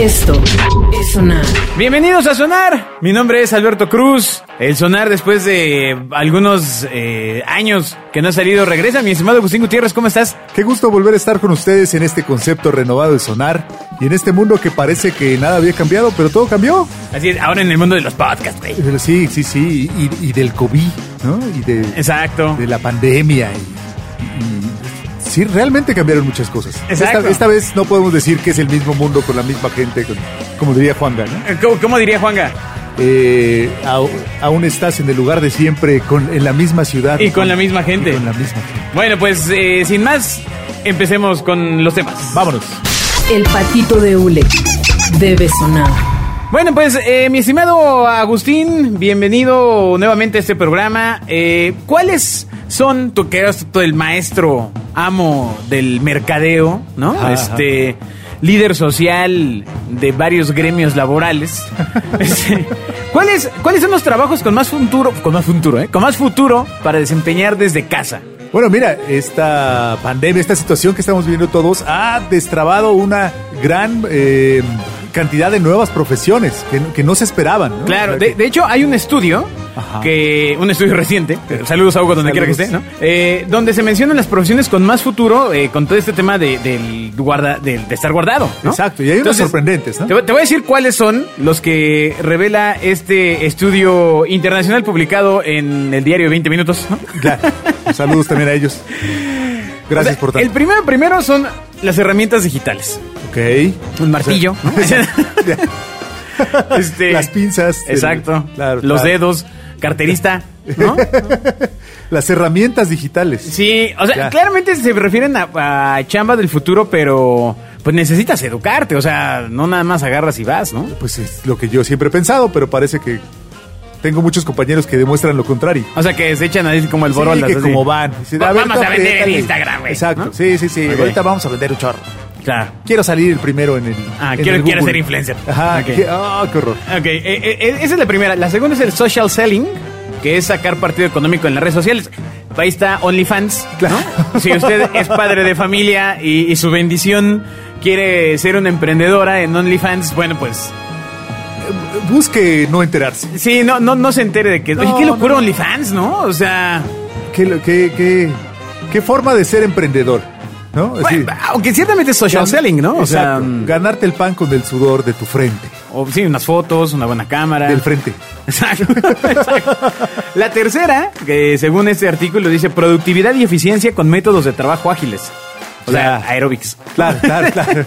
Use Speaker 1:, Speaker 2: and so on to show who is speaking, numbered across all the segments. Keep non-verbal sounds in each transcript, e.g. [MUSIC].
Speaker 1: Esto es sonar.
Speaker 2: Bienvenidos a Sonar. Mi nombre es Alberto Cruz. El Sonar, después de algunos eh, años que no ha salido, regresa. Mi estimado Agustín Gutiérrez, ¿cómo estás?
Speaker 3: Qué gusto volver a estar con ustedes en este concepto renovado de sonar y en este mundo que parece que nada había cambiado, pero todo cambió.
Speaker 2: Así es, ahora en el mundo de los podcasts, güey.
Speaker 3: Pero sí, sí, sí, y, y del COVID, ¿no? Y de,
Speaker 2: Exacto.
Speaker 3: de la pandemia. y- y- sí, realmente cambiaron muchas cosas.
Speaker 2: Exacto.
Speaker 3: Esta, esta vez no podemos decir que es el mismo mundo con la misma gente, con- como diría Juanga, ¿no?
Speaker 2: ¿Cómo, cómo diría Juanga?
Speaker 3: Eh, au- aún estás en el lugar de siempre, con, en la misma ciudad.
Speaker 2: Y con la misma gente.
Speaker 3: Y con la misma gente.
Speaker 2: Bueno, pues eh, sin más, empecemos con los temas.
Speaker 3: Vámonos.
Speaker 1: El patito de Ule debe sonar.
Speaker 2: Bueno, pues eh, mi estimado Agustín, bienvenido nuevamente a este programa. Eh, ¿Cuáles son, tú que eras tú el maestro amo del mercadeo, ¿no?
Speaker 3: Ajá,
Speaker 2: este líder social de varios gremios
Speaker 3: [LAUGHS]
Speaker 2: laborales. Este, ¿Cuáles, ¿Cuáles son los trabajos con más futuro, con más futuro, eh? Con más futuro para desempeñar desde casa.
Speaker 3: Bueno, mira, esta pandemia, esta situación que estamos viviendo todos ha destrabado una gran eh, cantidad de nuevas profesiones que, que no se esperaban. ¿no?
Speaker 2: Claro,
Speaker 3: O sea,
Speaker 2: de, de hecho hay un estudio
Speaker 3: Ajá.
Speaker 2: que un estudio reciente, eh, saludos a Hugo donde quiera que esté, ¿no?
Speaker 3: Saludos.
Speaker 2: Eh, donde se mencionan las profesiones con más futuro eh, con todo este tema de, del guarda, del- de estar guardado, ¿no?
Speaker 3: Exacto, y hay unos sorprendentes, ¿no?
Speaker 2: Te, voy- te voy a decir cuáles son los que revela este estudio internacional publicado en el diario 20 Minutos, ¿no?
Speaker 3: claro. Saludos también a ellos. Gracias por
Speaker 2: O sea, El
Speaker 3: tanto.
Speaker 2: primero, primero son las herramientas digitales.
Speaker 3: Ok.
Speaker 2: Un martillo, ¿no?
Speaker 3: [LAUGHS]
Speaker 2: [LAUGHS] Este-
Speaker 3: Las pinzas. el-
Speaker 2: Exacto.
Speaker 3: claro,
Speaker 2: los
Speaker 3: claro.
Speaker 2: dedos, carterista,
Speaker 3: [LAUGHS]
Speaker 2: ¿no?
Speaker 3: Las herramientas digitales.
Speaker 2: Sí, o sea,
Speaker 3: Ya.
Speaker 2: claramente se refieren a, a chamba del futuro, pero pues necesitas educarte, o sea, no nada más agarras y vas, ¿no?
Speaker 3: Pues es lo que yo siempre he pensado, pero parece que tengo muchos compañeros que demuestran lo contrario.
Speaker 2: O sea, que se echan ahí como el boro
Speaker 3: Sí, que como van. Dice,
Speaker 2: Va- vamos
Speaker 3: tú
Speaker 2: a vender en
Speaker 3: apriétale.
Speaker 2: Instagram, güey,
Speaker 3: Exacto,
Speaker 2: ¿no?
Speaker 3: sí, sí, sí.
Speaker 2: Ok.
Speaker 3: Ahorita vamos a vender un chorro.
Speaker 2: Claro.
Speaker 3: Quiero salir el primero en el.
Speaker 2: Ah,
Speaker 3: en
Speaker 2: quiero-
Speaker 3: el
Speaker 2: quieres
Speaker 3: Google.
Speaker 2: ser influencer.
Speaker 3: Ajá.
Speaker 2: Ok.
Speaker 3: que- ah, qué horror.
Speaker 2: Ok, eh, eh, eh, esa es la primera. La segunda es el social selling, que es sacar partido económico en las redes sociales. Ahí está OnlyFans, ¿no?
Speaker 3: Claro.
Speaker 2: Si usted es padre de familia y, y su bendición quiere ser una emprendedora en OnlyFans, bueno, pues
Speaker 3: Busque no enterarse.
Speaker 2: sí, no, no, no se entere de que... Oye,
Speaker 3: No,
Speaker 2: qué
Speaker 3: no,
Speaker 2: locura
Speaker 3: no.
Speaker 2: OnlyFans, ¿no? O sea...
Speaker 3: ¿Qué, lo- qué, qué, qué forma de ser emprendedor? ¿No? Así,
Speaker 2: Bueno, ah, aunque ciertamente es social
Speaker 3: gan-
Speaker 2: selling, ¿no? O sea,
Speaker 3: Exacto,
Speaker 2: mm,
Speaker 3: ganarte el pan con el sudor de tu frente.
Speaker 2: o, sí, unas fotos, una buena cámara.
Speaker 3: Del frente.
Speaker 2: [LAUGHS] Exacto. exacto. La tercera, que según este artículo dice productividad y eficiencia con métodos de trabajo ágiles. O sea,
Speaker 3: Claro.
Speaker 2: aeróbics.
Speaker 3: Claro, claro,
Speaker 2: [LAUGHS]
Speaker 3: claro.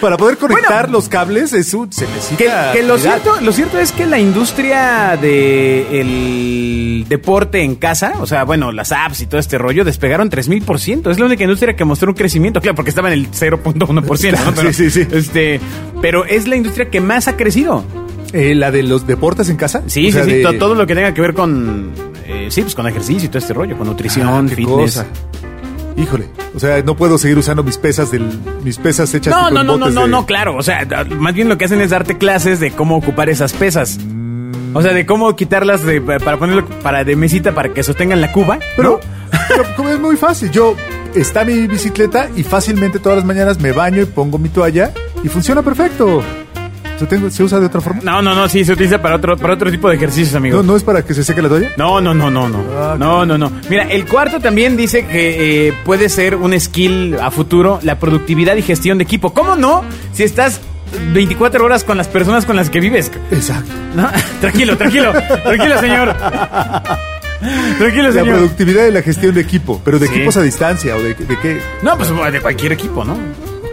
Speaker 3: Para poder conectar
Speaker 2: Bueno.
Speaker 3: los cables es un, se
Speaker 2: Que,
Speaker 3: necesita.
Speaker 2: que lo,
Speaker 3: habilidad.
Speaker 2: cierto, lo cierto es que la industria de el deporte en casa, o sea, bueno, las apps y todo este rollo, despegaron 3.000%. Es la única industria que mostró un crecimiento, claro, porque estaba en el 0.1%. ¿no?
Speaker 3: Claro,
Speaker 2: Pero,
Speaker 3: [LAUGHS] sí, sí, sí.
Speaker 2: Este, pero es la industria que más ha crecido.
Speaker 3: Eh, la de los deportes en casa.
Speaker 2: Sí,
Speaker 3: O sea,
Speaker 2: sí, sí,
Speaker 3: de-
Speaker 2: to- todo lo que tenga que ver con, eh, sí, pues con ejercicio y todo este rollo, con nutrición,
Speaker 3: Ah, qué
Speaker 2: fitness.
Speaker 3: cosa. Híjole, o sea, no puedo seguir usando mis pesas del, mis pesas hechas
Speaker 2: No,
Speaker 3: con
Speaker 2: no, no, no,
Speaker 3: botes
Speaker 2: no,
Speaker 3: Este de-
Speaker 2: no, claro, o sea, da- más bien lo que hacen es darte clases de cómo ocupar esas pesas. O sea, de cómo quitarlas de, pa- para ponerlo para de mesita para que sostengan la cuba.
Speaker 3: Pero, pero como es muy fácil. Yo está mi bicicleta y fácilmente todas las mañanas me baño y pongo mi toalla y funciona perfecto. O sea, tengo- se usa de otra forma.
Speaker 2: No, no, no, sí, se utiliza para otro, para otro tipo de ejercicios, amigo.
Speaker 3: No, no es para que se seque la toalla.
Speaker 2: No, no, no, no, no.
Speaker 3: Ah,
Speaker 2: No, no, no. Mira, el cuarto también dice que eh, puede ser un skill a futuro la productividad y gestión de equipo. ¿Cómo no? Si estás 24 horas con las personas con las que vives.
Speaker 3: Exacto.
Speaker 2: ¿no? [LAUGHS] Tranquilo, tranquilo, tranquilo,
Speaker 3: [LAUGHS]
Speaker 2: señor. Tranquilo,
Speaker 3: La
Speaker 2: señor.
Speaker 3: productividad y la gestión de equipo, pero de
Speaker 2: Sí.
Speaker 3: equipos a distancia o de, de qué.
Speaker 2: No, pues bueno, de cualquier equipo, ¿no?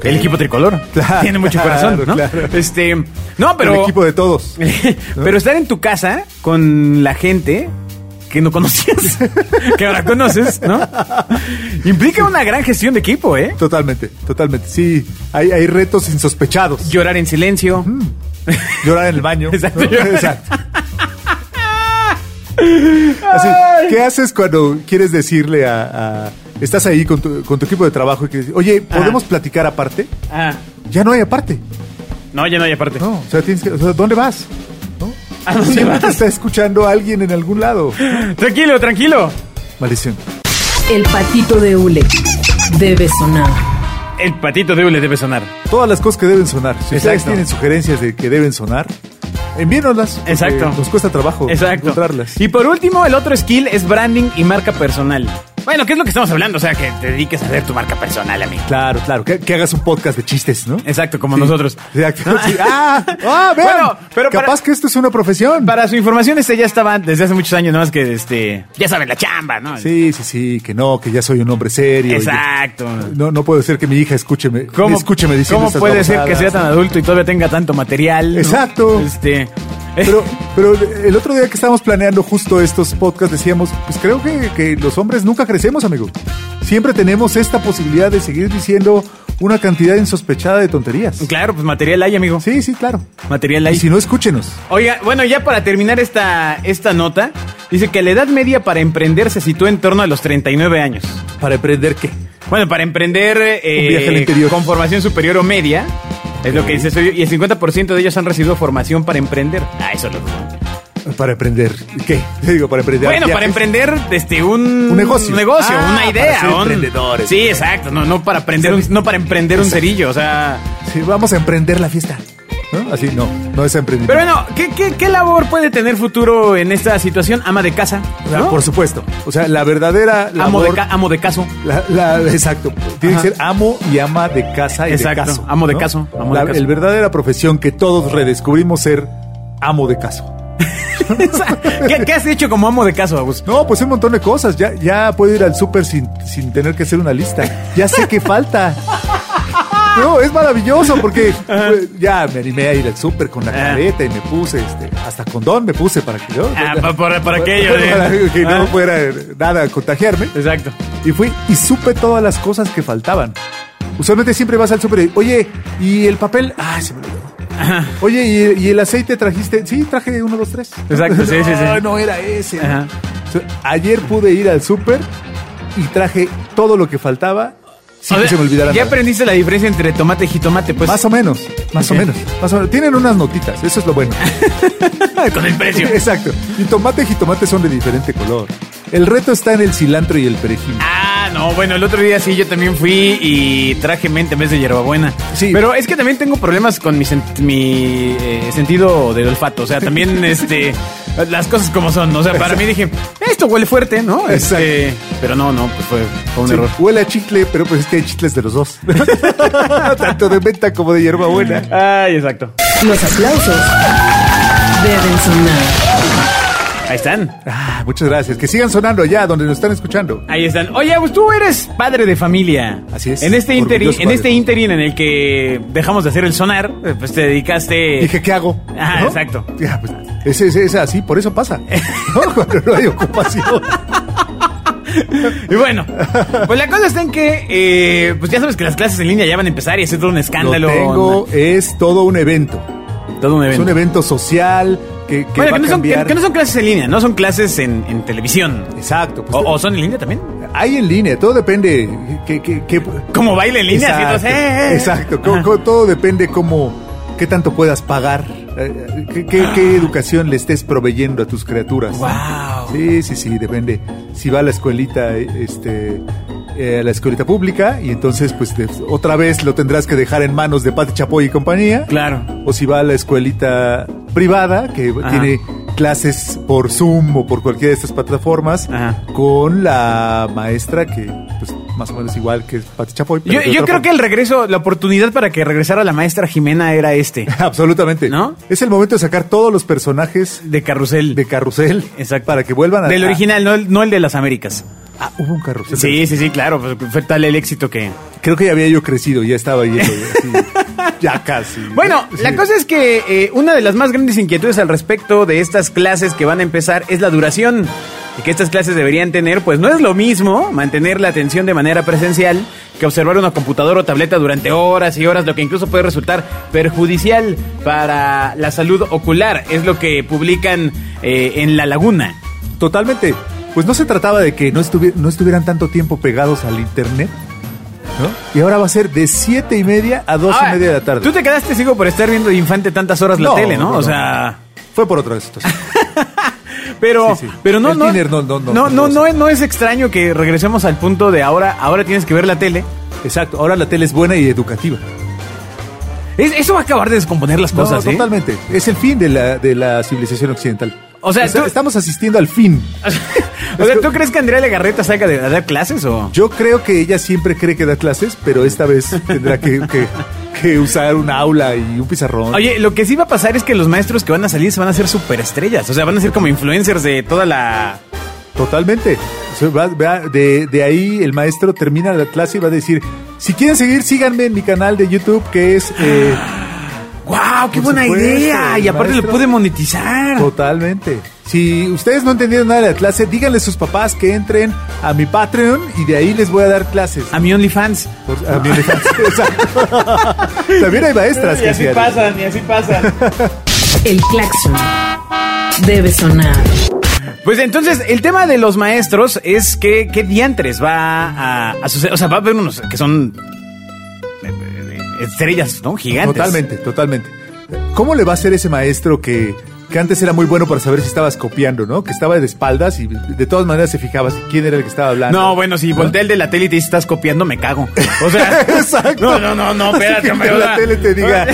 Speaker 2: El equipo tricolor.
Speaker 3: [LAUGHS] Claro,
Speaker 2: Tiene mucho
Speaker 3: claro,
Speaker 2: corazón, ¿no?
Speaker 3: claro.
Speaker 2: Este, no, pero
Speaker 3: El equipo de todos.
Speaker 2: [LAUGHS] Pero estar en tu casa con la gente que no conocías, [LAUGHS] que ahora conoces, ¿no? Implica una gran gestión de equipo, ¿eh?
Speaker 3: Totalmente, totalmente. Sí, hay, hay retos insospechados.
Speaker 2: Llorar en silencio.
Speaker 3: Llorar en el baño.
Speaker 2: Exacto,
Speaker 3: ¿no?
Speaker 2: llorar.
Speaker 3: [LAUGHS] Exacto. [LAUGHS] Así, ¿Qué haces cuando quieres decirle a... a- estás ahí con tu, con tu equipo de trabajo y que dices, oye, ¿podemos
Speaker 2: Ajá.
Speaker 3: platicar aparte?
Speaker 2: Ah,
Speaker 3: Ya no hay aparte.
Speaker 2: no, ya no hay aparte.
Speaker 3: No, o sea, tienes que, o sea, ¿dónde vas? ¿No?
Speaker 2: ¿A dónde
Speaker 3: Siempre
Speaker 2: vas?
Speaker 3: te está escuchando alguien en algún lado.
Speaker 2: Tranquilo, tranquilo.
Speaker 3: Maldición.
Speaker 1: El patito de Ule debe sonar.
Speaker 2: El patito de hule debe sonar.
Speaker 3: Todas las cosas que deben sonar. Si ustedes
Speaker 2: Exacto.
Speaker 3: tienen sugerencias de que deben sonar, envíenoslas. porque
Speaker 2: Exacto.
Speaker 3: Nos cuesta trabajo
Speaker 2: Exacto.
Speaker 3: encontrarlas.
Speaker 2: Y por último, el otro skill es branding y marca personal. Bueno, ¿qué es lo que estamos hablando? O sea, que te dediques a hacer tu marca personal, amigo.
Speaker 3: Claro, claro. Que, que hagas un podcast de chistes, ¿no?
Speaker 2: Exacto, como [LAUGHS]
Speaker 3: Sí.
Speaker 2: nosotros.
Speaker 3: Exacto. Sí. Ah,
Speaker 2: [LAUGHS]
Speaker 3: ah, vean.
Speaker 2: Bueno, pero
Speaker 3: capaz
Speaker 2: para-
Speaker 3: que esto es una profesión.
Speaker 2: Para su información, este ya estaba desde hace muchos años, nada más que este. Ya saben, la chamba, ¿no?
Speaker 3: Sí, sí, sí, que no, que ya soy un hombre serio.
Speaker 2: Exacto.
Speaker 3: No, no puede ser que mi hija escúcheme.
Speaker 2: ¿Cómo,
Speaker 3: escúcheme diciendo
Speaker 2: ¿cómo
Speaker 3: esas
Speaker 2: puede ser que
Speaker 3: babosadas?
Speaker 2: sea tan adulto y todavía tenga tanto material? ¿no?
Speaker 3: Exacto.
Speaker 2: Este.
Speaker 3: Pero, pero el otro día que estábamos planeando justo estos podcasts decíamos, pues creo que, que los hombres nunca crecemos, amigo. Siempre tenemos esta posibilidad de seguir diciendo una cantidad insospechada de tonterías.
Speaker 2: [LAUGHS] Claro, pues material hay, amigo.
Speaker 3: Sí, sí, claro.
Speaker 2: Material
Speaker 3: Y
Speaker 2: hay.
Speaker 3: si no, escúchenos.
Speaker 2: Oiga, bueno, ya para terminar esta, esta nota, dice que la edad media para emprender se sitúa en torno a los 39 años.
Speaker 3: Para aprender qué.
Speaker 2: Bueno, para emprender eh,
Speaker 3: Un viaje al interior.
Speaker 2: con formación superior o media, es lo que dice estudio, y el 50% de ellos han recibido formación para emprender. Ah, eso lo dudo.
Speaker 3: Para aprender qué. Te digo, para aprender.
Speaker 2: Bueno, para
Speaker 3: viajes.
Speaker 2: emprender este, un,
Speaker 3: Un negocio. Ah,
Speaker 2: una idea.
Speaker 3: para ser
Speaker 2: un-
Speaker 3: emprendedores.
Speaker 2: Sí, exacto. No, no para aprender un, no para emprender un cerillo, o sea.
Speaker 3: Sí, vamos a emprender la fiesta. ¿No? Así, no, no es emprendimiento.
Speaker 2: Pero bueno, ¿qué, qué, qué labor puede tener futuro en esta situación? Ama de casa.
Speaker 3: Ah,
Speaker 2: ¿no?
Speaker 3: Por supuesto. O sea, la verdadera
Speaker 2: Amo de,
Speaker 3: labor-
Speaker 2: ca- amo de
Speaker 3: [LAUGHS]
Speaker 2: caso.
Speaker 3: La- la- exacto. Tiene
Speaker 2: Ajá.
Speaker 3: que ser amo y ama de casa y
Speaker 2: Exacto.
Speaker 3: de caso.
Speaker 2: Amo de caso, amo de
Speaker 3: La-
Speaker 2: caso.
Speaker 3: El verdadera profesión que todos redescubrimos ser amo de caso.
Speaker 2: ¿Qué, qué has hecho como amo de caso,
Speaker 3: [LAUGHS]
Speaker 2: Agus?
Speaker 3: No, pues un montón de cosas. Ya, ya puedo ir al súper sin, sin tener que hacer una lista. Ya sé que falta. No, es maravilloso porque pues, ya me animé a ir al súper con la
Speaker 2: Ajá.
Speaker 3: careta y me puse, este, hasta condón me puse para que yo.
Speaker 2: Ah, pa- para- para aquello de-
Speaker 3: [LAUGHS] para que
Speaker 2: Ah.
Speaker 3: no fuera eh, nada a contagiarme.
Speaker 2: Exacto.
Speaker 3: Y fui y supe todas las cosas que faltaban. Usualmente siempre vas al súper y, oye, ¿y el papel? Ah, se me olvidó. Oye, ¿y, y el aceite trajiste? Sí, traje uno, dos, tres.
Speaker 2: Exacto, sí, sí, sí.
Speaker 3: No, [LAUGHS] no era ese.
Speaker 2: Ajá.
Speaker 3: O sea, ayer pude ir al súper y traje todo lo que faltaba sin
Speaker 2: O
Speaker 3: que
Speaker 2: sea,
Speaker 3: se me olvidara
Speaker 2: Ya
Speaker 3: nada.
Speaker 2: aprendiste la diferencia entre tomate y jitomate, pues.
Speaker 3: Más o menos, más o
Speaker 2: Ok.
Speaker 3: menos, más o menos. Tienen unas notitas, eso es lo bueno.
Speaker 2: [LAUGHS] con el precio.
Speaker 3: Exacto. Y tomate y jitomate son de diferente color. El reto está en el cilantro y el perejil.
Speaker 2: Ah, no, bueno, el otro día sí, yo también fui y traje mente en vez de hierbabuena.
Speaker 3: Sí.
Speaker 2: Pero es que también tengo problemas con mi, sent- mi eh, sentido del olfato. O sea,
Speaker 3: [LAUGHS]
Speaker 2: también, este, las cosas como son. O sea, para mí dije, esto huele fuerte, ¿no? Este, pero no, no, pues fue, fue un
Speaker 3: Sí,
Speaker 2: error.
Speaker 3: Huele a chicle, pero pues es que hay chicles de los dos. [LAUGHS] Tanto de menta como de hierbabuena.
Speaker 2: Ay, exacto.
Speaker 1: Los aplausos deben sonar.
Speaker 2: Ahí están.
Speaker 3: Ah, muchas gracias. Que sigan sonando allá donde nos están escuchando.
Speaker 2: Ahí están. Oye, pues tú eres padre de familia.
Speaker 3: Así es.
Speaker 2: En este interin,
Speaker 3: Orgulloso
Speaker 2: en
Speaker 3: padre.
Speaker 2: este interín en el que dejamos de hacer el sonar, eh, pues te dedicaste.
Speaker 3: Dije, ¿qué hago?
Speaker 2: Ah, exacto.
Speaker 3: Ya, pues, es, es- es así, por eso pasa.
Speaker 2: [LAUGHS]
Speaker 3: ¿No? Cuando no hay ocupación.
Speaker 2: Y bueno, pues la cosa está en que, eh, pues ya sabes que las clases en línea ya van a empezar y es todo un escándalo.
Speaker 3: Lo tengo, es todo un evento.
Speaker 2: todo un
Speaker 3: Es
Speaker 2: evento.
Speaker 3: un evento social que, que
Speaker 2: bueno,
Speaker 3: va
Speaker 2: que no,
Speaker 3: a
Speaker 2: son, que-
Speaker 3: cambiar.
Speaker 2: que no son clases en línea, no son clases en, en televisión.
Speaker 3: Exacto. pues, eh,
Speaker 2: O, o son en línea también?
Speaker 3: Hay en línea, todo depende. Que, que- que-
Speaker 2: Como baile en línea, así, entonces, eh, eh, eh.
Speaker 3: exacto. co- co- todo depende cómo, qué tanto puedas pagar, eh, qué, qué- qué educación le estés proveyendo a tus criaturas.
Speaker 2: Ah. Guau.
Speaker 3: Sí, sí, sí, depende. Si va a la escuelita, eh, este, eh, a la escuelita pública, y entonces, pues, de- otra vez lo tendrás que dejar en manos de Pati Chapoy y compañía.
Speaker 2: Claro.
Speaker 3: O si va a la escuelita privada, que
Speaker 2: Ajá.
Speaker 3: tiene clases por Zoom o por cualquiera de estas plataformas,
Speaker 2: Ajá.
Speaker 3: con la maestra que, pues, más o menos igual que es Pati Chapoy. pero
Speaker 2: Yo,
Speaker 3: de
Speaker 2: yo
Speaker 3: otra
Speaker 2: creo
Speaker 3: forma.
Speaker 2: que el regreso, la oportunidad para que regresara la maestra Jimena era este,
Speaker 3: [LAUGHS] Absolutamente.
Speaker 2: ¿No?
Speaker 3: Es el momento de sacar todos los personajes
Speaker 2: de carrusel.
Speaker 3: de Carrusel
Speaker 2: Exacto.
Speaker 3: para que vuelvan a...
Speaker 2: Del original, no el, no el de las Américas.
Speaker 3: Ah, hubo un Carrusel.
Speaker 2: Sí, sí, sí, claro. pues, fue tal el éxito que.
Speaker 3: Creo que ya había yo crecido, ya estaba
Speaker 2: [LAUGHS]
Speaker 3: yendo. ya, sí. ya casi.
Speaker 2: Bueno,
Speaker 3: [LAUGHS] Sí.
Speaker 2: la cosa es que eh, una de las más grandes inquietudes al respecto de estas clases que van a empezar es la duración y que estas clases deberían tener, pues no es lo mismo mantener la atención de manera presencial que observar una computadora o tableta durante horas y horas, lo que incluso puede resultar perjudicial para la salud ocular, es lo que publican eh, en La Laguna.
Speaker 3: Totalmente. Pues no se trataba de que no, estuvi- no estuvieran tanto tiempo pegados al internet, ¿no? Y ahora va a ser de siete y media a dos
Speaker 2: Ahora,
Speaker 3: y media de la tarde.
Speaker 2: Tú te quedaste ciego por estar viendo de infante tantas horas la
Speaker 3: No,
Speaker 2: tele, ¿no?
Speaker 3: no,
Speaker 2: o
Speaker 3: no.
Speaker 2: sea...
Speaker 3: Fue por otra situación.
Speaker 2: Pero,
Speaker 3: Sí, sí.
Speaker 2: pero no,
Speaker 3: El
Speaker 2: no,
Speaker 3: Tinder no-
Speaker 2: no,
Speaker 3: no- no-
Speaker 2: no,
Speaker 3: no
Speaker 2: no,
Speaker 3: lo
Speaker 2: es, no es extraño que regresemos al punto de ahora, ahora tienes que ver la tele
Speaker 3: Exacto, ahora la tele es buena y educativa.
Speaker 2: Es- eso va a acabar de descomponer las cosas,
Speaker 3: no,
Speaker 2: ¿eh?
Speaker 3: totalmente. Es el fin de la, de la civilización occidental.
Speaker 2: O sea,
Speaker 3: Está-
Speaker 2: tú-
Speaker 3: estamos asistiendo al fin.
Speaker 2: [LAUGHS] o sea, ¿tú crees que Andrea Legarreta salga de, a dar clases o...?
Speaker 3: Yo creo que ella siempre cree que da clases, pero esta vez tendrá que, que- que usar un aula y un pizarrón.
Speaker 2: Oye, lo que sí va a pasar es que los maestros que van a salir se van a hacer superestrellas. O sea, van a ser como influencers de toda la...
Speaker 3: Totalmente. O sea, va- va- de, de ahí el maestro termina la clase y va a decir, si quieren seguir, síganme en mi canal de YouTube que es... eh,
Speaker 2: ¡Guau! ¡Qué
Speaker 3: Por
Speaker 2: buena
Speaker 3: supuesto,
Speaker 2: idea! Y
Speaker 3: el
Speaker 2: aparte lo
Speaker 3: maestro-
Speaker 2: pude monetizar.
Speaker 3: Totalmente. Si ustedes no entendieron nada de la clase, díganle a sus papás que entren a mi Patreon y de ahí les voy a dar clases.
Speaker 2: A mi OnlyFans.
Speaker 3: Por- a mi infancia, [LAUGHS] exacto. También hay maestras que hacían. eso.
Speaker 2: y así pasan.
Speaker 1: El claxon debe sonar.
Speaker 2: Pues entonces, el tema de los maestros es que qué diantres va a, a suceder. O sea, va a haber unos que son eh, eh, estrellas, ¿no? Gigantes.
Speaker 3: Totalmente, totalmente. ¿Cómo le va a ser ese maestro que, que antes era muy bueno para saber si estabas copiando, ¿no? Que estaba de espaldas y de todas maneras se fijaba si quién era el que estaba hablando.
Speaker 2: No, bueno, si voltea el de la tele y te dice, estás copiando, me cago. O [LAUGHS] sea,
Speaker 3: [LAUGHS] Exacto.
Speaker 2: No, no, no, no,
Speaker 3: Así
Speaker 2: espérate,
Speaker 3: que
Speaker 2: hombre,
Speaker 3: en
Speaker 2: o
Speaker 3: la
Speaker 2: sea,
Speaker 3: tele te diga.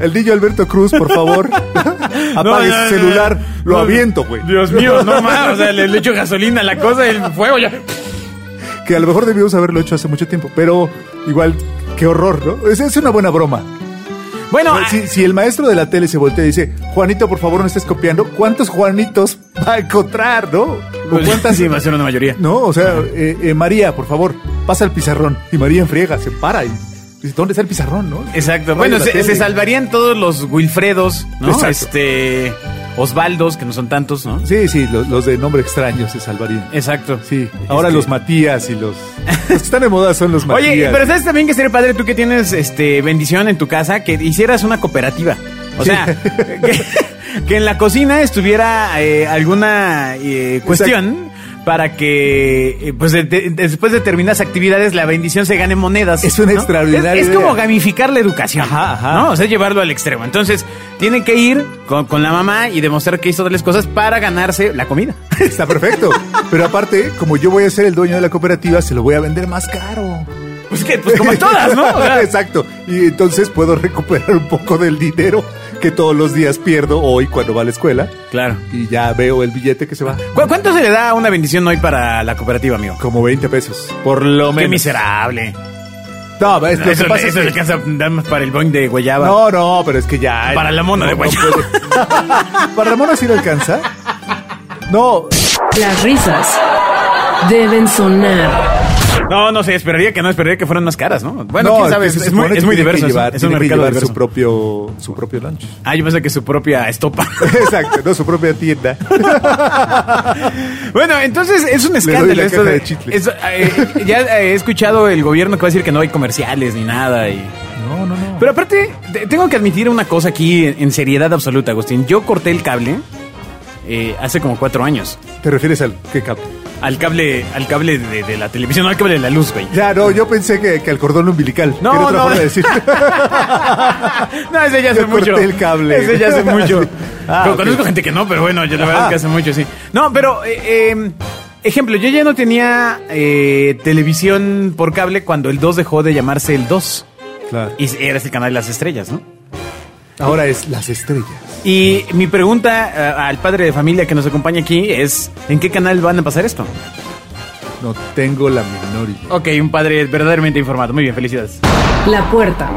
Speaker 3: El niño Alberto Cruz, por
Speaker 2: [LAUGHS]
Speaker 3: favor, apague
Speaker 2: no, no,
Speaker 3: su celular.
Speaker 2: no,
Speaker 3: Lo
Speaker 2: no,
Speaker 3: aviento, güey.
Speaker 2: Dios mío,
Speaker 3: [LAUGHS]
Speaker 2: no más. O sea, le, le echo gasolina a la cosa, el fuego ya.
Speaker 3: que a lo mejor debimos haberlo hecho hace mucho tiempo, pero igual, qué horror, ¿no? Es, es una buena broma.
Speaker 2: Bueno, ah,
Speaker 3: si, si el maestro de la tele se voltea y dice, Juanito, por favor, no estés copiando, ¿cuántos Juanitos [LAUGHS] va a encontrar, no? ¿O
Speaker 2: pues,
Speaker 3: cuántas?
Speaker 2: sí, va a ser una mayoría.
Speaker 3: No, o sea, eh, eh, María, por favor, pasa al pizarrón. Y María enfriega, se para y dice, ¿dónde está el pizarrón, no?
Speaker 2: Exacto.
Speaker 3: Oye,
Speaker 2: Bueno,
Speaker 3: la
Speaker 2: se,
Speaker 3: tele.
Speaker 2: se salvarían todos los Wilfredos, ¿no?
Speaker 3: Exacto.
Speaker 2: Este. Osvaldos, que no son tantos, ¿no?
Speaker 3: Sí, sí, los, los de nombre extraño se salvarían.
Speaker 2: Exacto.
Speaker 3: Sí, ahora
Speaker 2: Este-
Speaker 3: los Matías y los... Los que están de moda son los Matías.
Speaker 2: Oye, pero sabes también que sería padre tú que tienes este bendición en tu casa que hicieras una cooperativa. O [LAUGHS]
Speaker 3: Sí.
Speaker 2: sea, que, que en la cocina estuviera eh, alguna eh, cuestión para que eh, pues de- de- después de terminadas actividades la bendición se gane monedas.
Speaker 3: Es una
Speaker 2: ¿no?
Speaker 3: extraordinaria
Speaker 2: Es, es como
Speaker 3: idea.
Speaker 2: gamificar la educación.
Speaker 3: Ajá, ajá.
Speaker 2: ¿no? O sea, llevarlo al extremo. Entonces, tienen que ir con, con la mamá y demostrar que hizo tales cosas para ganarse la comida.
Speaker 3: Está perfecto. Pero aparte, como yo voy a ser el dueño de la cooperativa, se lo voy a vender más caro.
Speaker 2: Pues que, pues como en todas,
Speaker 3: [LAUGHS]
Speaker 2: ¿no? O sea,
Speaker 3: Exacto. Y entonces puedo recuperar un poco del dinero que todos los días pierdo hoy cuando va a la escuela.
Speaker 2: claro.
Speaker 3: Y ya veo el billete que se va.
Speaker 2: ¿Cu- ¿Cuánto se le da una bendición hoy para la cooperativa, amigo?
Speaker 3: Como 20 pesos. Por lo
Speaker 2: Qué miserable.
Speaker 3: No, es, lo que
Speaker 2: eso
Speaker 3: pasa es
Speaker 2: eso
Speaker 3: que-
Speaker 2: le alcanza a dar más para el boing de guayaba.
Speaker 3: No, no, pero es que ya.
Speaker 2: Para la mona de guayaba.
Speaker 3: puede. Para la mona sí le alcanza. No,
Speaker 1: Las risas deben sonar.
Speaker 2: [LAUGHS] No, no sé, esperaría que no, esperaría que fueran más caras, ¿no? Bueno,
Speaker 3: no,
Speaker 2: quién sabe,
Speaker 3: que
Speaker 2: es,
Speaker 3: se
Speaker 2: es muy,
Speaker 3: supone
Speaker 2: es
Speaker 3: que
Speaker 2: muy
Speaker 3: tiene que
Speaker 2: diverso. es-
Speaker 3: llevar-
Speaker 2: es un
Speaker 3: tiene que
Speaker 2: mercado
Speaker 3: llevar
Speaker 2: diverso.
Speaker 3: su propio, su propio lunch.
Speaker 2: Ah, yo pensé que su propia [LAUGHS] estopa.
Speaker 3: [LAUGHS] Exacto, no su propia tienda.
Speaker 2: [LAUGHS] bueno, entonces es un
Speaker 3: doy la
Speaker 2: escándalo esto
Speaker 3: caja
Speaker 2: de,
Speaker 3: de chicles.
Speaker 2: eso, eh, ya eh, he escuchado el gobierno que va a decir que no hay comerciales ni nada y
Speaker 3: No, no, no.
Speaker 2: Pero aparte, te- tengo que admitir una cosa aquí en, en seriedad absoluta, Agustín. Yo corté el cable eh, hace como cuatro años.
Speaker 3: [LAUGHS] ¿Te refieres al qué cap?
Speaker 2: Al cable, al cable de, de la televisión, no al cable de la luz, güey.
Speaker 3: Ya, no, yo pensé que, que al cordón umbilical.
Speaker 2: No,
Speaker 3: que era otra
Speaker 2: no.
Speaker 3: forma de [LAUGHS] decir.
Speaker 2: No, ese ya hace
Speaker 3: Yo corté
Speaker 2: mucho.
Speaker 3: el cable.
Speaker 2: Ese ya hace mucho.
Speaker 3: [LAUGHS] Ah,
Speaker 2: Pero
Speaker 3: ok. Ah.
Speaker 2: Conozco gente que no, pero bueno, yo la verdad
Speaker 3: Ajá.
Speaker 2: es que hace mucho, sí. No, pero, eh, eh, ejemplo, yo ya no tenía eh, televisión por cable cuando el 2 dejó de llamarse el 2.
Speaker 3: Claro.
Speaker 2: Y era el canal de las estrellas, ¿no?
Speaker 3: Ahora es las estrellas.
Speaker 2: Y mi pregunta eh, al padre de familia que nos acompaña aquí es, ¿en qué canal van a pasar esto?
Speaker 3: No tengo la menor idea.
Speaker 2: Ok, un padre verdaderamente informado. Muy bien, felicidades.
Speaker 1: La puerta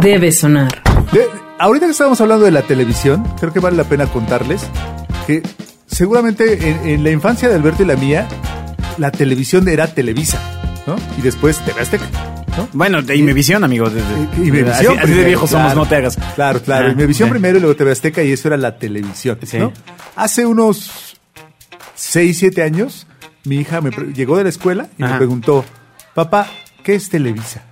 Speaker 1: debe sonar.
Speaker 3: De- ahorita que estábamos hablando de la televisión, creo que vale la pena contarles que seguramente en, en la infancia de Alberto y la mía, la televisión era Televisa, ¿no? Y después TV Azteca, ¿no?
Speaker 2: Bueno, de Imevisión, amigo. de- de-
Speaker 3: Y Imevisión
Speaker 2: Así, así de
Speaker 3: primero,
Speaker 2: viejos somos,
Speaker 3: claro.
Speaker 2: no te hagas.
Speaker 3: Claro, claro.
Speaker 2: Ah,
Speaker 3: y Imevisión
Speaker 2: sí.
Speaker 3: primero y luego TV Azteca y eso era la televisión.
Speaker 2: Sí.
Speaker 3: ¿no? Hace unos 6, 7 años, mi hija me pre- llegó de la escuela y me
Speaker 2: Ajá.
Speaker 3: preguntó, papá, ¿qué es Televisa?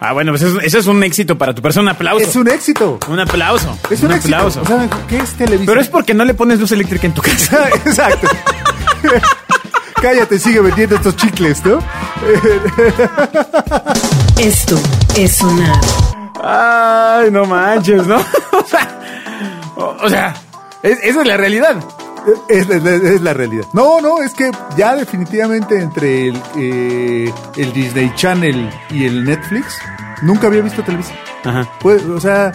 Speaker 2: Ah, bueno, pues eso, eso es un éxito para tu persona. Un aplauso.
Speaker 3: Es un éxito.
Speaker 2: Un aplauso.
Speaker 3: Es un, éxito.
Speaker 2: aplauso.
Speaker 3: O sea, me dijo, ¿qué es Televisa?
Speaker 2: Pero es porque no le pones luz eléctrica en tu casa.
Speaker 3: [LAUGHS] Exacto. [LAUGHS] Cállate, sigue vendiendo estos chicles, ¿no?
Speaker 1: Esto es sonar.
Speaker 2: [LAUGHS] Ay, no manches, ¿no? o sea, o- o sea, es- esa es la realidad.
Speaker 3: Es, la- es la- es la realidad. No, no, es que ya definitivamente entre el, eh, el Disney Channel y el Netflix, nunca había visto televisión.
Speaker 2: Ajá.
Speaker 3: Pues, o sea...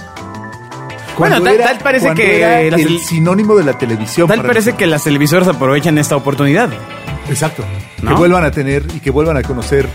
Speaker 2: Bueno,
Speaker 3: cuando
Speaker 2: tal- tal parece
Speaker 3: cuando
Speaker 2: que
Speaker 3: era
Speaker 2: las
Speaker 3: el
Speaker 2: tele-
Speaker 3: sinónimo de la televisión.
Speaker 2: Tal
Speaker 3: para
Speaker 2: parece que las televisoras aprovechan esta oportunidad.
Speaker 3: Exacto.
Speaker 2: ¿No?
Speaker 3: Que vuelvan a tener y que vuelvan a conocer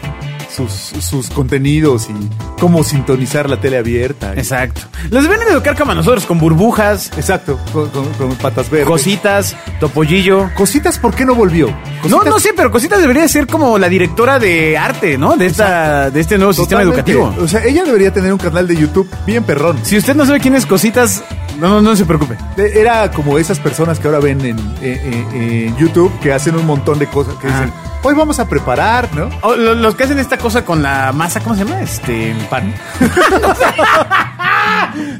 Speaker 3: sus, sus contenidos y cómo sintonizar la tele abierta. y-
Speaker 2: Exacto. Los deben educar como a nosotros, con burbujas,
Speaker 3: Exacto, con, con- con patas verdes.
Speaker 2: cositas, topollillo.
Speaker 3: Cositas, ¿por qué no volvió?
Speaker 2: No,
Speaker 3: Cositas-
Speaker 2: no sé, pero Cositas debería ser como la directora de arte, ¿no? De esta, de este nuevo sistema
Speaker 3: Totalmente.
Speaker 2: educativo.
Speaker 3: O sea, ella debería tener un canal de YouTube bien perrón.
Speaker 2: Si usted no sabe quién es Cositas, no, no, no se preocupe.
Speaker 3: De- Era como esas personas que ahora ven en, en- en- en YouTube que hacen un montón de cosas que
Speaker 2: Ajá.
Speaker 3: dicen, hoy vamos a preparar, ¿no?
Speaker 2: O Oh, lo- los que hacen esta cosa con la masa, ¿cómo se llama? Este, pan. [LAUGHS]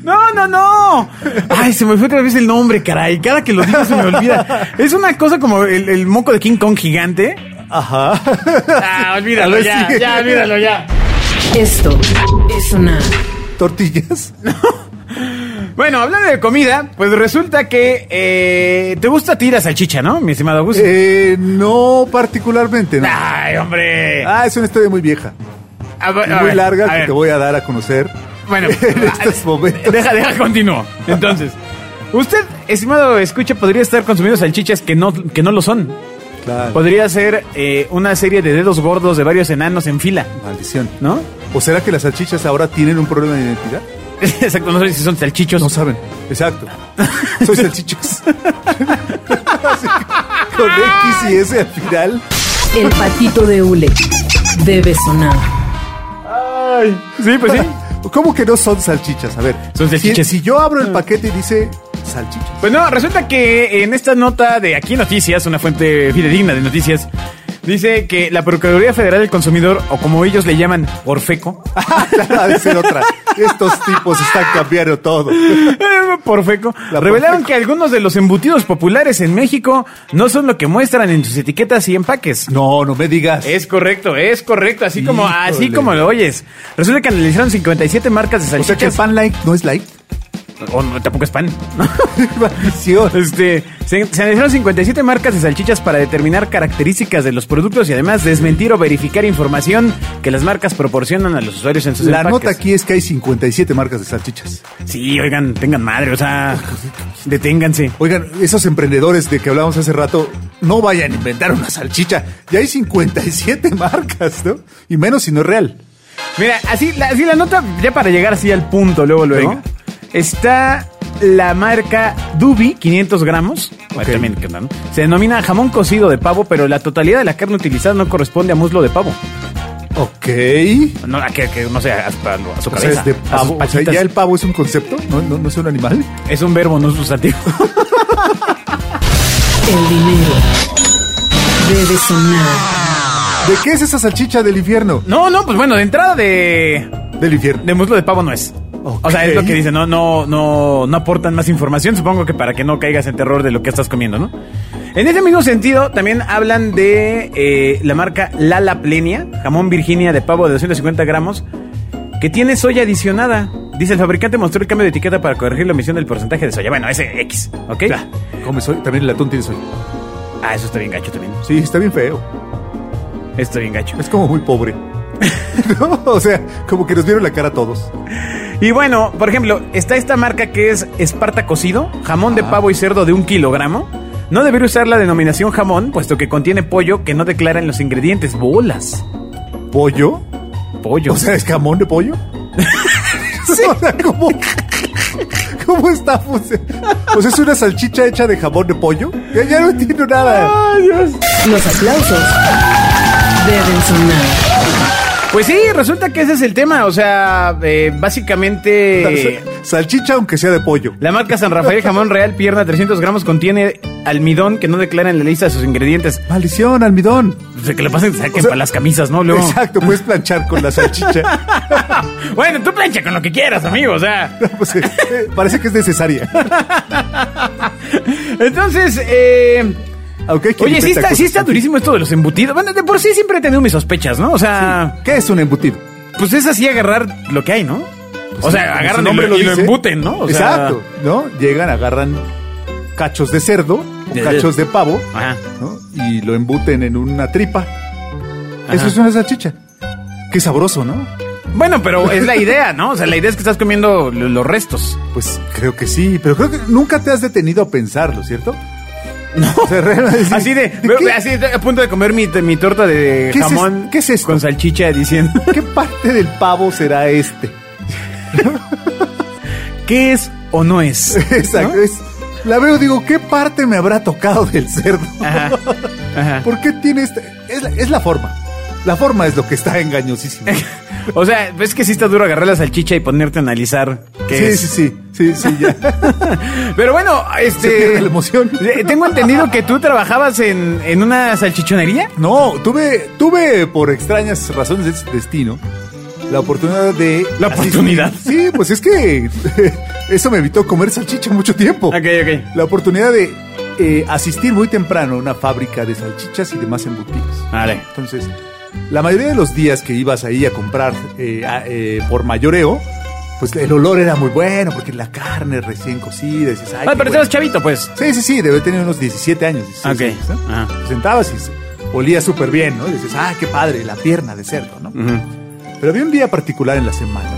Speaker 2: no, no, no. Ay, se me fue otra vez el nombre, caray. Cada que lo digo se me olvida. Es una cosa como el, el moco de King Kong gigante.
Speaker 3: Ajá.
Speaker 2: Ah, olvídalo
Speaker 3: Tal vez sí.
Speaker 2: olvídalo ya.
Speaker 1: Esto es sonar.
Speaker 3: Tortillas.
Speaker 2: Bueno, hablando de comida, pues resulta que eh, te gusta a ti la salchicha, ¿no, mi estimado Gus?
Speaker 3: Eh, no particularmente, ¿no?
Speaker 2: Ay, hombre.
Speaker 3: Ah, es una historia muy vieja.
Speaker 2: Ah, bu-
Speaker 3: y
Speaker 2: a
Speaker 3: muy
Speaker 2: ver,
Speaker 3: larga
Speaker 2: a
Speaker 3: que
Speaker 2: ver.
Speaker 3: te voy a dar a conocer.
Speaker 2: Bueno,
Speaker 3: [LAUGHS]
Speaker 2: [LAUGHS]
Speaker 3: en estos momentos.
Speaker 2: Deja, deja, continúo. Entonces, usted, estimado escucha, podría estar consumiendo salchichas que no, que no lo son.
Speaker 3: Claro.
Speaker 2: Podría ser eh, una serie de dedos gordos de varios enanos en fila,
Speaker 3: Maldición.
Speaker 2: ¿no? [LAUGHS]
Speaker 3: ¿O será que las salchichas ahora tienen un problema de identidad?
Speaker 2: Exacto, no sé si son salchichos.
Speaker 3: No saben. [LAUGHS] Exacto. Soy salchichas. [LAUGHS] Así que, Con X y S al final.
Speaker 1: El patito de hule debe sonar.
Speaker 2: Ay. Sí,
Speaker 3: [LAUGHS]
Speaker 2: pues sí.
Speaker 3: ¿Cómo que no son salchichas? Ah. A ver.
Speaker 2: Son salchichas.
Speaker 3: Si, si yo abro el paquete y dice salchichas. [LAUGHS]
Speaker 2: Pues no, resulta que en esta nota de Aquí Noticias, una fuente fidedigna de noticias, dice que la Procuraduría Federal del Consumidor, o como ellos le llaman, Orfeco,
Speaker 3: Claro, ha de ser otra. Estos tipos están cambiando todo.
Speaker 2: Porfeco.
Speaker 3: La
Speaker 2: Eh, Revelaron
Speaker 3: Porfeco.
Speaker 2: que algunos de los embutidos populares en México no son lo que muestran en sus etiquetas y empaques.
Speaker 3: No, no me digas.
Speaker 2: Es correcto, es correcto, así como así
Speaker 3: Híjole.
Speaker 2: como lo oyes. Resulta que analizaron 57 marcas de
Speaker 3: o sea que el
Speaker 2: salchichas.
Speaker 3: fan like no es [LAUGHS] like.
Speaker 2: O no, tampoco es pan.
Speaker 3: Maldición.
Speaker 2: Este, se, se analizaron 57 marcas de salchichas para determinar características de los productos y además desmentir o verificar información que las marcas proporcionan a los usuarios en sus
Speaker 3: La
Speaker 2: empaques.
Speaker 3: nota aquí es que hay 57 marcas de salchichas.
Speaker 2: Sí, oigan, tengan madre, o sea, deténganse.
Speaker 3: Oigan, esos emprendedores de que hablábamos hace rato, no vayan a inventar una salchicha. Ya hay 57 [LAUGHS] marcas, ¿no? Y menos si no es real.
Speaker 2: Mira, así la, así la nota, ya para llegar así al punto, luego, luego,
Speaker 3: Venga.
Speaker 2: está la marca Dubi, 500 gramos. Bueno,
Speaker 3: Ok.
Speaker 2: también, ¿qué onda, no? Se denomina jamón cocido de pavo, pero la totalidad de la carne utilizada no corresponde a muslo de pavo.
Speaker 3: Ok.
Speaker 2: No, a que, que, no sé, a, a- a su
Speaker 3: O sea,
Speaker 2: cabeza.
Speaker 3: es de
Speaker 2: a sus
Speaker 3: pavo. O sea,
Speaker 2: patitas.
Speaker 3: ya el pavo es un concepto, no, no, no es un animal.
Speaker 2: Es un verbo, no es sustantivo. [LAUGHS]
Speaker 1: El dinero debe sonar.
Speaker 3: ¿De qué es esa salchicha del infierno?
Speaker 2: no, no, pues bueno, de entrada de,
Speaker 3: Del infierno.
Speaker 2: de muslo de pavo no es. O sea, es lo
Speaker 3: Ok.
Speaker 2: que dice, no, no, no, no aportan más información, supongo que para que no caigas en terror de lo que estás comiendo, ¿no? En ese mismo sentido, también hablan de eh, la marca Lala Plenia, jamón Virginia de pavo de 250 gramos, que tiene soya adicionada. Dice, el fabricante mostró el cambio de etiqueta para corregir la omisión del porcentaje de soya. Bueno, ese X, ¿ok?
Speaker 3: Ya, come soy. También el atún tiene soy.
Speaker 2: Ah, eso está bien gacho también.
Speaker 3: Sí, está bien feo.
Speaker 2: Está bien gacho.
Speaker 3: Es como muy pobre. [LAUGHS] ¿No? O sea, como que nos vieron la cara a todos.
Speaker 2: Y bueno, por ejemplo, está esta marca que es Esparta Cocido, jamón de
Speaker 3: Ah.
Speaker 2: pavo y cerdo de un kilogramo. No debería usar la denominación jamón, puesto que contiene pollo que no declara en los ingredientes. Bolas.
Speaker 3: ¿Pollo?
Speaker 2: Pollo.
Speaker 3: O sea, ¿es jamón de [LAUGHS] pollo? O sea, ¿cómo, ¿Cómo está funcionando? Pues es una salchicha hecha de jamón de pollo. Ya, ya no entiendo nada.
Speaker 1: Los aplausos deben sonar.
Speaker 2: pues sí, resulta que ese es el tema. O sea, eh,
Speaker 3: [LAUGHS]
Speaker 2: básicamente...
Speaker 3: Salchicha aunque sea de pollo.
Speaker 2: La marca San Rafael Jamón Real Pierna 300 gramos contiene almidón que no declara en la lista de sus ingredientes.
Speaker 3: Maldición, almidón.
Speaker 2: O sea, que lo pasen, saquen
Speaker 3: O sea,
Speaker 2: para las camisas, ¿no? Luego-
Speaker 3: Exacto, puedes planchar con
Speaker 2: [LAUGHS]
Speaker 3: la salchicha.
Speaker 2: Bueno, tú plancha con lo que quieras, amigo. O
Speaker 3: [LAUGHS]
Speaker 2: sea,
Speaker 3: No, pues, eh, eh, parece que es necesaria.
Speaker 2: entonces... Eh,
Speaker 3: Aunque hay quien
Speaker 2: Oye, sí
Speaker 3: intenta
Speaker 2: está, sí
Speaker 3: cosas
Speaker 2: está
Speaker 3: con-
Speaker 2: durísimo esto de los embutidos. Bueno, de por sí siempre he tenido mis sospechas, ¿no? O sea,
Speaker 3: ¿Qué es un embutido?
Speaker 2: pues es así agarrar lo que hay, ¿no? o sea,
Speaker 3: Como su
Speaker 2: agarran y
Speaker 3: nombre
Speaker 2: lo, y lo
Speaker 3: dice.
Speaker 2: embuten, ¿no? O sea,
Speaker 3: Exacto, ¿no? Llegan, agarran cachos de cerdo cachos de pavo
Speaker 2: Ajá.
Speaker 3: ¿no? y lo embuten en una tripa. Eso es una salchicha. Qué sabroso, ¿no?
Speaker 2: Bueno, pero es la idea, ¿no? O sea, la idea es que estás comiendo lo- los restos.
Speaker 3: Pues creo que sí, pero creo que nunca te has detenido a pensarlo, ¿cierto? No.
Speaker 2: [LAUGHS] Así de,
Speaker 3: ¿qué,
Speaker 2: así de- a punto de comer mi, mi torta de
Speaker 3: ¿Qué es
Speaker 2: jamón
Speaker 3: es- qué es esto?
Speaker 2: con salchicha diciendo,
Speaker 3: qué parte del pavo
Speaker 2: [LAUGHS]
Speaker 3: será este?
Speaker 2: ¿qué es o no
Speaker 3: [LAUGHS]
Speaker 2: es?
Speaker 3: Exacto.
Speaker 2: ¿No?
Speaker 3: es- la veo, digo, ¿qué parte me habrá tocado del cerdo?
Speaker 2: Ajá. Ajá.
Speaker 3: ¿Por qué tiene este? Es la, es la forma. La forma es lo que está engañosísimo.
Speaker 2: O sea, ves que sí está duro agarrar la salchicha y ponerte a analizar [LAUGHS] qué
Speaker 3: sí,
Speaker 2: es.
Speaker 3: sí, sí, sí, sí, ya.
Speaker 2: Pero bueno,
Speaker 3: Se
Speaker 2: este.
Speaker 3: pierde la emoción.
Speaker 2: Eh, Tengo entendido que tú trabajabas en, en una salchichonería.
Speaker 3: No, tuve, tuve por extrañas razones de este destino la oportunidad de.
Speaker 2: La oportunidad.
Speaker 3: Sí, pues es que [LAUGHS] eso me evitó comer salchicha mucho tiempo.
Speaker 2: Ok, ok.
Speaker 3: La oportunidad de eh, asistir muy temprano a una fábrica de salchichas y demás embutidos.
Speaker 2: Vale.
Speaker 3: Entonces, la mayoría de los días que ibas ahí a comprar eh, a- eh, por mayoreo, pues el olor era muy bueno porque la carne recién cocida. Dices, "Ay,
Speaker 2: Ah,
Speaker 3: qué
Speaker 2: pero
Speaker 3: bueno".
Speaker 2: estabas chavito, pues.
Speaker 3: Sí, sí, sí, debe tener unos 17 años. 16
Speaker 2: Ok, Ah.
Speaker 3: años, ¿no?
Speaker 2: ajá.
Speaker 3: Te Sentabas y se- olía súper bien, ¿no? Y dices, ah, qué padre, la pierna de cerdo, ¿no? Pero había un día particular en la semana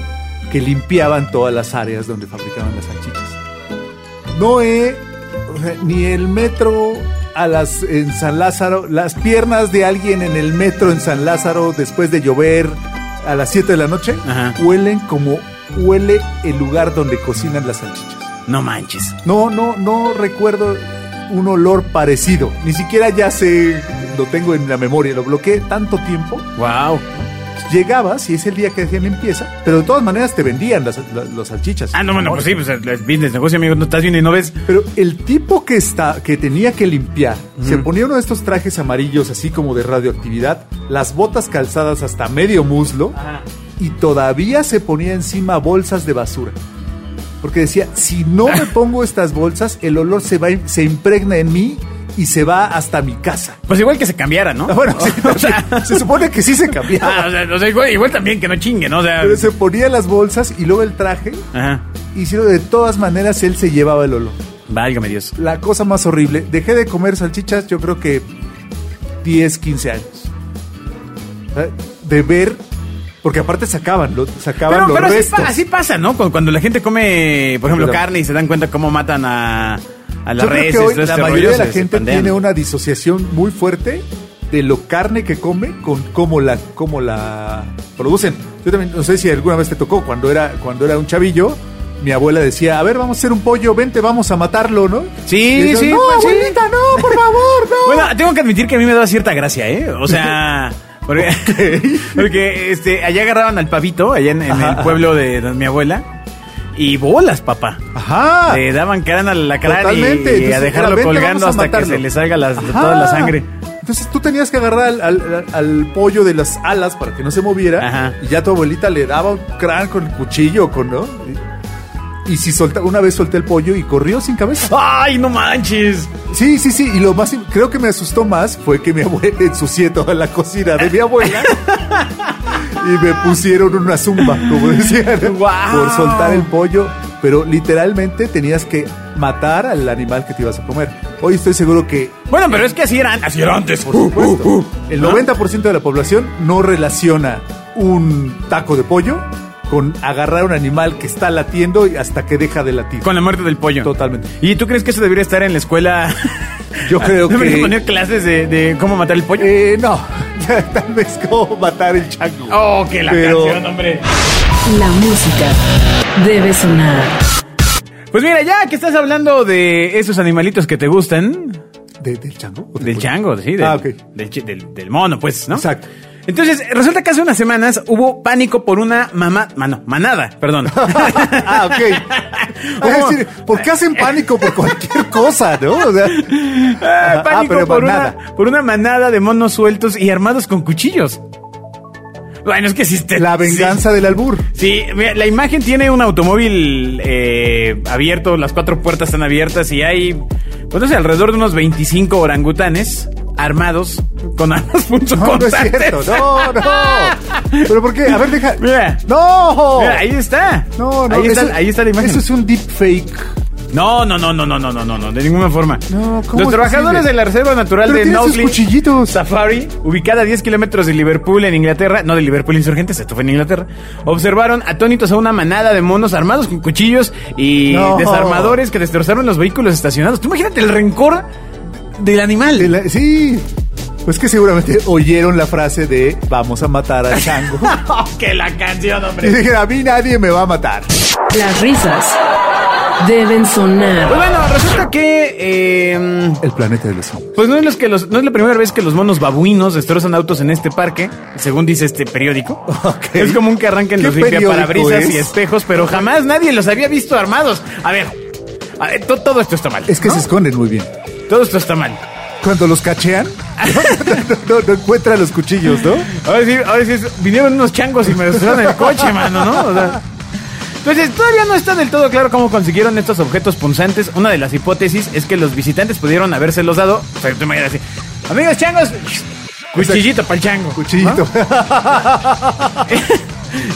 Speaker 3: que limpiaban todas las áreas donde fabricaban las salchichas. No he, o sea, ni el metro a las en San Lázaro, las piernas de alguien en el metro en San Lázaro después de llover a las 7 de la noche
Speaker 2: Ajá.
Speaker 3: huelen como huele el lugar donde cocinan las salchichas.
Speaker 2: No manches.
Speaker 3: No, no, no recuerdo un olor parecido. Ni siquiera ya sé, lo tengo en la memoria, lo bloqueé tanto tiempo.
Speaker 2: Wow.
Speaker 3: Llegabas y es el día que hacían limpieza, pero de todas maneras te vendían las, las- las salchichas.
Speaker 2: Ah, no, bueno, pues sí, pues el el business, negocio, amigo, no estás viendo y no ves.
Speaker 3: Pero el tipo que, está, que tenía que limpiar se ponía uno de estos trajes amarillos, así como de radioactividad, las botas calzadas hasta medio muslo y todavía se ponía encima bolsas de basura. Porque decía: si no
Speaker 2: [LAUGHS]
Speaker 3: me pongo estas bolsas, el olor se, va, a- se impregna en mí y se va hasta mi casa.
Speaker 2: Pues igual que se cambiara, ¿no?
Speaker 3: [LAUGHS] Ah, Bueno, sí,
Speaker 2: [LAUGHS] o sea,
Speaker 3: [LAUGHS] se supone que sí se cambiaba.
Speaker 2: ah, o sea, o sea, igual, igual también que no chingue, ¿no? O sea.
Speaker 3: Pero se ponía las bolsas y luego el traje.
Speaker 2: Ajá.
Speaker 3: Y si no, de todas maneras él se llevaba el olor.
Speaker 2: Válgame Dios.
Speaker 3: la cosa más horrible. Dejé de comer salchichas, yo creo que 10, 15 años. ¿Eh? De ver, porque aparte sacaban, lo, sacaban
Speaker 2: Pero,
Speaker 3: los
Speaker 2: pero así,
Speaker 3: restos.
Speaker 2: pa- así pasa, ¿no? Cuando, cuando la gente come, por ejemplo,
Speaker 3: Pero-
Speaker 2: carne y se dan cuenta cómo matan a, a las
Speaker 3: yo creo
Speaker 2: reses.
Speaker 3: que hoy
Speaker 2: todo
Speaker 3: la
Speaker 2: este
Speaker 3: mayoría
Speaker 2: rollo,
Speaker 3: de la
Speaker 2: se- se
Speaker 3: gente
Speaker 2: pandean.
Speaker 3: tiene una disociación muy fuerte de lo carne que come con cómo la, cómo la producen. Yo también, no sé si alguna vez te tocó, cuando era, cuando era un chavillo, mi abuela decía, a ver, vamos a hacer un pollo, vente, vamos a matarlo, ¿no?
Speaker 2: Sí,
Speaker 3: Y yo,
Speaker 2: sí,
Speaker 3: No,
Speaker 2: pues, sí".
Speaker 3: abuelita, no, por favor, no.
Speaker 2: Bueno, tengo que admitir que a mí me daba cierta gracia, ¿eh? O
Speaker 3: [LAUGHS]
Speaker 2: sea, porque, [LAUGHS] porque, este, allá agarraban al pavito, allá en, en
Speaker 3: Ajá,
Speaker 2: el
Speaker 3: ajá.
Speaker 2: pueblo de, de mi abuela, y bolas, papá.
Speaker 3: Ajá.
Speaker 2: Le daban cara al lacrán y,
Speaker 3: Ah. Totalmente.
Speaker 2: y a
Speaker 3: Entonces,
Speaker 2: dejarlo
Speaker 3: "Vente, vamos
Speaker 2: colgando
Speaker 3: a
Speaker 2: hasta que
Speaker 3: matarlo".
Speaker 2: se le salga las-
Speaker 3: Ajá.
Speaker 2: toda la sangre.
Speaker 3: Ah, Entonces tú tenías que agarrar al, al- al pollo de las alas para que no se moviera.
Speaker 2: Ajá.
Speaker 3: Y ya tu abuelita le daba un crán con el cuchillo, con, ¿no? Y, y si solta, una vez solté el pollo y corrió sin cabeza.
Speaker 2: ¡Ay, no manches!
Speaker 3: Sí, sí, sí. Y lo más, creo que me asustó más fue que mi abuela [LAUGHS] ensucié toda la cocina de mi abuela. y me pusieron una zumba, como decían,
Speaker 2: ¡Guau!
Speaker 3: por soltar el pollo. Pero literalmente tenías que matar al animal que te ibas a comer. Hoy estoy seguro que
Speaker 2: Bueno, pero es que así era antes. Así era antes. Uh,
Speaker 3: por supuesto. El 90% de la población no relaciona un taco de pollo con agarrar un animal que está latiendo y hasta que deja de latir.
Speaker 2: Con la muerte del pollo.
Speaker 3: Totalmente.
Speaker 2: ¿Y tú crees que eso debería estar en la escuela? [LAUGHS]
Speaker 3: Yo creo
Speaker 2: ¿Deberían
Speaker 3: que-
Speaker 2: poner clases de, de cómo matar el pollo?
Speaker 3: Eh, no, [LAUGHS] tal vez como matar el chango.
Speaker 2: ¡Oh, que la
Speaker 3: Pero-
Speaker 2: canción, hombre!
Speaker 1: La música debe sonar.
Speaker 2: Pues mira, ya que estás hablando de esos animalitos que te gustan,
Speaker 3: ¿De- ¿Del chango? ¿O
Speaker 2: del
Speaker 3: pollo?
Speaker 2: chango, sí, del,
Speaker 3: Ah, ok.
Speaker 2: del, chi- del- del mono, pues, ¿no?
Speaker 3: Exacto.
Speaker 2: Entonces, resulta que hace unas semanas hubo pánico por una mamá, mano, manada,
Speaker 3: [LAUGHS]
Speaker 2: perdón.
Speaker 3: [LAUGHS] Ah, ok. Voy a
Speaker 2: Hubo-
Speaker 3: decir, ¿por qué hacen pánico por cualquier cosa, no? O sea,
Speaker 2: Ah,
Speaker 3: Ajá,
Speaker 2: pánico
Speaker 3: pero
Speaker 2: por,
Speaker 3: manada.
Speaker 2: Una, por una manada de monos sueltos y armados con cuchillos. Bueno, es que sí te-
Speaker 3: la
Speaker 2: sí.
Speaker 3: venganza del albur.
Speaker 2: Sí, mira, la imagen tiene un automóvil eh, abierto, las cuatro puertas están abiertas y hay, pues no sé, alrededor de unos 25 orangutanes armados con armas [LAUGHS] punzo
Speaker 3: No, no es cierto.
Speaker 2: [LAUGHS]
Speaker 3: No, no. ¿Pero por qué? A ver, deja.
Speaker 2: Mira.
Speaker 3: ¡No!
Speaker 2: Mira, ahí está.
Speaker 3: No, no,
Speaker 2: ahí,
Speaker 3: eso-
Speaker 2: está ahí está la imagen.
Speaker 3: Eso es un deepfake
Speaker 2: No, no, no, no, no, no, no, no, no, de ninguna forma.
Speaker 3: No, ¿cómo
Speaker 2: Los
Speaker 3: es
Speaker 2: trabajadores
Speaker 3: posible?
Speaker 2: de la Reserva Natural
Speaker 3: Pero
Speaker 2: de
Speaker 3: tiene sus
Speaker 2: Knowsley
Speaker 3: cuchillitos.
Speaker 2: Safari, ubicada a 10 kilómetros de Liverpool, en Inglaterra, no de Liverpool Insurgentes, esto fue en Inglaterra, observaron atónitos a una manada de monos armados con cuchillos y
Speaker 3: No.
Speaker 2: desarmadores que destrozaron los vehículos estacionados. Tú imagínate el rencor del animal. [LAUGHS]
Speaker 3: De la- sí. Pues que seguramente oyeron la frase de vamos a matar al
Speaker 2: [LAUGHS]
Speaker 3: chango.
Speaker 2: ¡Que ¡Oh, la canción,
Speaker 3: y
Speaker 2: hombre!
Speaker 3: dijeron, a mí nadie me va a matar.
Speaker 1: Las risas deben sonar.
Speaker 2: Pues bueno, resulta que... eh,
Speaker 3: El planeta de los hombres.
Speaker 2: Pues no es, los que los- no es la primera vez que los monos babuinos destrozan autos en este parque, según dice este periódico.
Speaker 3: [LAUGHS] Ok.
Speaker 2: Es común que arranquen
Speaker 3: ¿Qué
Speaker 2: los limpiaparabrisas
Speaker 3: periódico es?
Speaker 2: y espejos, pero jamás nadie los había visto armados. A ver, a ver, to- todo esto está mal.
Speaker 3: Es que
Speaker 2: ¿no?
Speaker 3: se esconden muy bien.
Speaker 2: Todo esto está mal.
Speaker 3: Cuando los cachean, [LAUGHS] no, no- no encuentran los cuchillos, ¿no?
Speaker 2: Ahora sí, ahora sí, es- vinieron unos changos y me destrozaron el coche, mano, ¿no? O sea, Entonces, todavía no está del todo claro cómo consiguieron estos objetos punzantes. Una de las hipótesis es que los visitantes pudieron habérselos dado. O sea, tú imaginas así, amigos changos, cuchillito para el chango.
Speaker 3: Cuchillito.
Speaker 2: ¿no? [LAUGHS]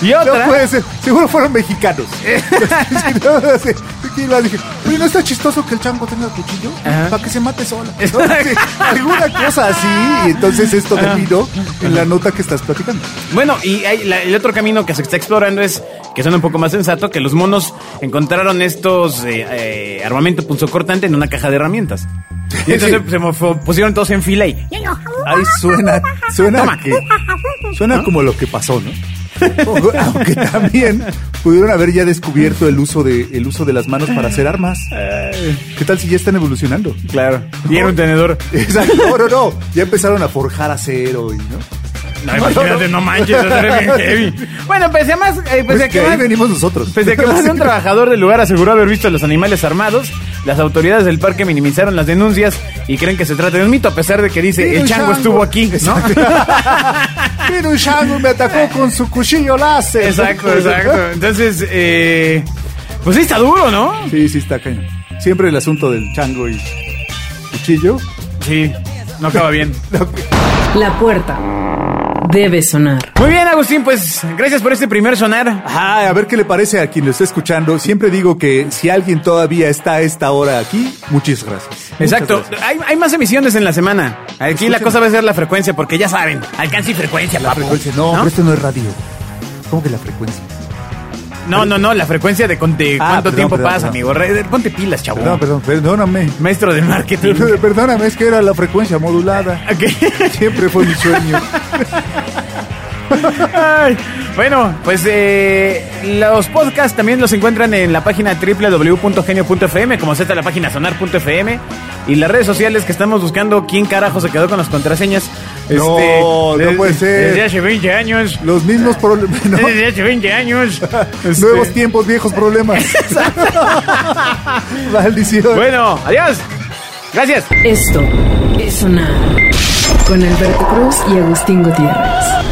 Speaker 2: Y
Speaker 3: No
Speaker 2: otra.
Speaker 3: puede ser. Seguro fueron
Speaker 2: [LAUGHS]
Speaker 3: mexicanos. [LAUGHS] y la dije, oye, ¿no está chistoso que el chango tenga cuchillo?
Speaker 2: Ajá.
Speaker 3: Para que se mate
Speaker 2: [LAUGHS]
Speaker 3: solo. ¿no? Sí, alguna cosa así. Y entonces esto devino en la nota que estás platicando.
Speaker 2: Bueno, y hay la- el otro camino que se está explorando es, que suena un poco más sensato, que los monos encontraron estos eh, eh, armamento punzocortante en una caja de herramientas. Y entonces
Speaker 3: Sí.
Speaker 2: se mo- fo- pusieron todos en fila y...
Speaker 3: Ay, suena, suena
Speaker 2: Toma.
Speaker 3: que- suena como lo que pasó, ¿no? O- [LAUGHS] Aunque también pudieron haber ya descubierto el uso de el uso de las manos para hacer armas. ¿Qué tal si ya están evolucionando? [LAUGHS]
Speaker 2: Claro. Y era un tenedor.
Speaker 3: Exacto, no, no, no. Ya empezaron a forjar acero y no.
Speaker 2: No, imagínate, no manches, eso era bien heavy. [LAUGHS] Bueno, pese a más... eh, pese
Speaker 3: Pues
Speaker 2: a que
Speaker 3: que ahí
Speaker 2: más-
Speaker 3: venimos nosotros.
Speaker 2: Pese a que [LAUGHS] más pues de un
Speaker 3: Sí. [LAUGHS]
Speaker 2: trabajador del lugar aseguró haber visto a los animales armados, las autoridades del parque minimizaron las denuncias y creen que se trata de un mito, a pesar de que dice
Speaker 3: Era
Speaker 2: el
Speaker 3: un
Speaker 2: chango estuvo aquí, [LAUGHS] ¿no?
Speaker 3: Exacto. Vino un chango y me
Speaker 2: [LAUGHS]
Speaker 3: atacó con su cuchillo láser.
Speaker 2: Exacto, exacto. Entonces, eh, pues sí está duro, ¿no?
Speaker 3: Sí, sí, está cañón. Siempre el asunto del chango y cuchillo.
Speaker 2: Sí, no acaba bien.
Speaker 1: La puerta debe sonar.
Speaker 2: Muy bien, Agustín, pues gracias por este primer sonar.
Speaker 3: Ajá, a ver qué le parece a quien lo está escuchando. Siempre digo que si alguien todavía está a esta hora aquí, muchas gracias. Muchas
Speaker 2: Exacto,
Speaker 3: gracias.
Speaker 2: hay, hay más emisiones en la semana. Aquí la
Speaker 3: Escúchenme.
Speaker 2: cosa va a ser la frecuencia, porque ya saben, alcance y frecuencia,
Speaker 3: La
Speaker 2: papu.
Speaker 3: frecuencia. No,
Speaker 2: ¿No?
Speaker 3: pero esto no es radio. ¿Cómo que la frecuencia?
Speaker 2: Ah. no, no, no, la frecuencia de, con- de
Speaker 3: Ah,
Speaker 2: cuánto
Speaker 3: perdón,
Speaker 2: tiempo
Speaker 3: perdón,
Speaker 2: pasa,
Speaker 3: perdón.
Speaker 2: amigo. Re- Ponte pilas, chavo.
Speaker 3: Perdón, perdón, perdóname.
Speaker 2: Maestro de marketing.
Speaker 3: [LAUGHS] Perdóname, es que era la frecuencia modulada.
Speaker 2: Ok.
Speaker 3: Siempre fue mi sueño.
Speaker 2: Ay, bueno, pues eh, los podcasts también los encuentran en la página www.genio.fm, como se está la página sonar.fm y las redes sociales que estamos buscando quién carajo se quedó con las contraseñas.
Speaker 3: No, no
Speaker 2: des-
Speaker 3: puede ser.
Speaker 2: Desde hace 20 años.
Speaker 3: Los mismos problemas. [LAUGHS] ¿no?
Speaker 2: Desde hace 20
Speaker 3: [LAUGHS]
Speaker 2: años. Este,
Speaker 3: Nuevos tiempos, viejos problemas. [LAUGHS] Maldición.
Speaker 2: Bueno, adiós. Gracias.
Speaker 1: Esto es sonar. Con Alberto Cruz y Agustín Gutiérrez.